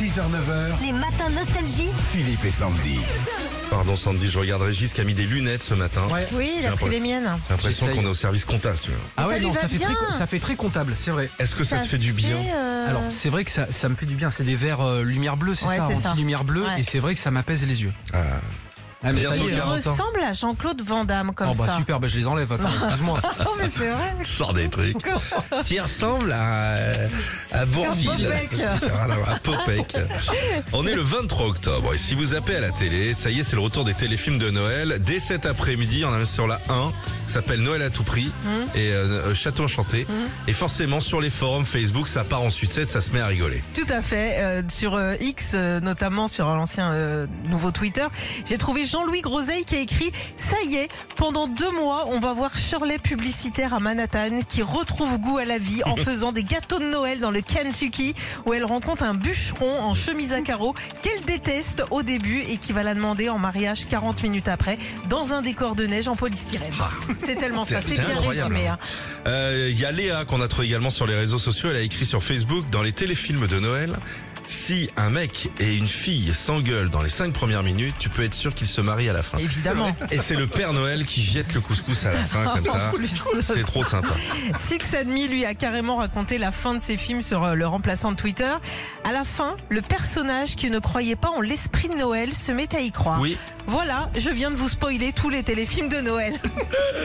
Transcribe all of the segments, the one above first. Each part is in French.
6h-9h, Les matins nostalgie. Philippe et Sandy. Pardon Sandy, je regarde Régis qui a mis des lunettes ce matin. Ouais. Oui, il a Bien pris pour- les miennes. J'ai l'impression J'essaye. qu'on est au service comptable. tu vois. Ah Ça ouais, lui non, va ça fait, bien. très, ça fait très comptable, c'est vrai. Est-ce que ça, te fait du bien euh, Alors, c'est vrai que ça, ça me fait du bien. C'est des verres euh, lumière bleue, c'est Ouais, ça, c'est ça. anti-lumière bleue, Ouais. et c'est vrai que ça m'apaise les yeux. Ah. Ah, mais ça Bientôt y est, il a 40 ans. ressemble à Jean-Claude Van Damme comme oh, bah ça. super, bah, je les enlève, attends, excuse-moi. Oh, mais c'est vrai. Sors des trucs. Qui ressemble à, à Bourville. À Rien à voir, à Popec. On est le 23 octobre et si vous zappez à la télé, ça y est, c'est le retour des téléfilms de Noël. Dès cet après-midi, on en a sur la 1 qui s'appelle Noël à tout prix et euh, Château Enchanté. Et forcément, sur les forums Facebook, ça part en sucette, ça se met à rigoler. Tout à fait. euh, sur euh, X, euh, notamment sur l'ancien euh, nouveau Twitter, j'ai trouvé Jean-Louis Groseille qui a écrit « Ça y est, pendant deux mois, on va voir Shirley publicitaire à Manhattan qui retrouve goût à la vie en faisant des gâteaux de Noël dans le Kentucky où elle rencontre un bûcheron en chemise à carreaux qu'elle déteste au début et qui va la demander en mariage 40 minutes après dans un décor de neige en polystyrène. Ah. C'est tellement ça, C'est- c'est c'est bien incroyable, résumé. hein. hein. Euh, Il y a Léa qu'on a trouvé également sur les réseaux sociaux. Elle a écrit sur Facebook dans les téléfilms de Noël. Si un mec et une fille s'engueulent dans les cinq premières minutes, tu peux être sûr qu'ils se marient à la fin. hein. Évidemment. Et c'est le Père Noël qui jette le couscous à la fin comme ça. C'est trop sympa. Six and Me, lui a carrément raconté la fin de ses films sur euh, le remplaçant de Twitter. À la fin, le personnage qui ne croyait pas en l'esprit de Noël se met à y croire. Oui. Voilà, je viens de vous spoiler tous les téléfilms de Noël.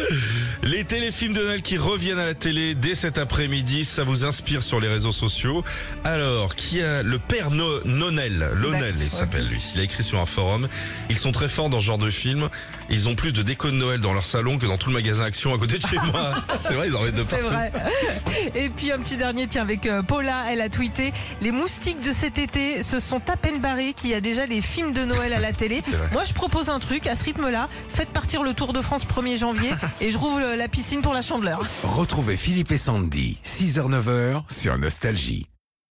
Les téléfilms de Noël qui reviennent à la télé dès cet après-midi, ça vous inspire sur les réseaux sociaux. Alors, qui a le père No- Nonel, Lonel il s'appelle lui, il a écrit sur un forum, ils sont très forts dans ce genre de film, ils ont plus de déco de Noël dans leur salon que dans tout le magasin Action à côté de chez moi. C'est vrai, ils en mettent de C'est partout. vrai. Et puis un petit dernier, tiens, avec euh, Paula, elle a tweeté Les moustiques de cet été se sont à peine barrés qu'il y a déjà des films de Noël à la télé. C'est vrai. Moi, je propose un truc à ce rythme-là faites partir le Tour de France 1er janvier et je rouvre euh, la piscine pour la chandeleur. Retrouvez Philippe et Sandy, 6h-9h, sur Nostalgie.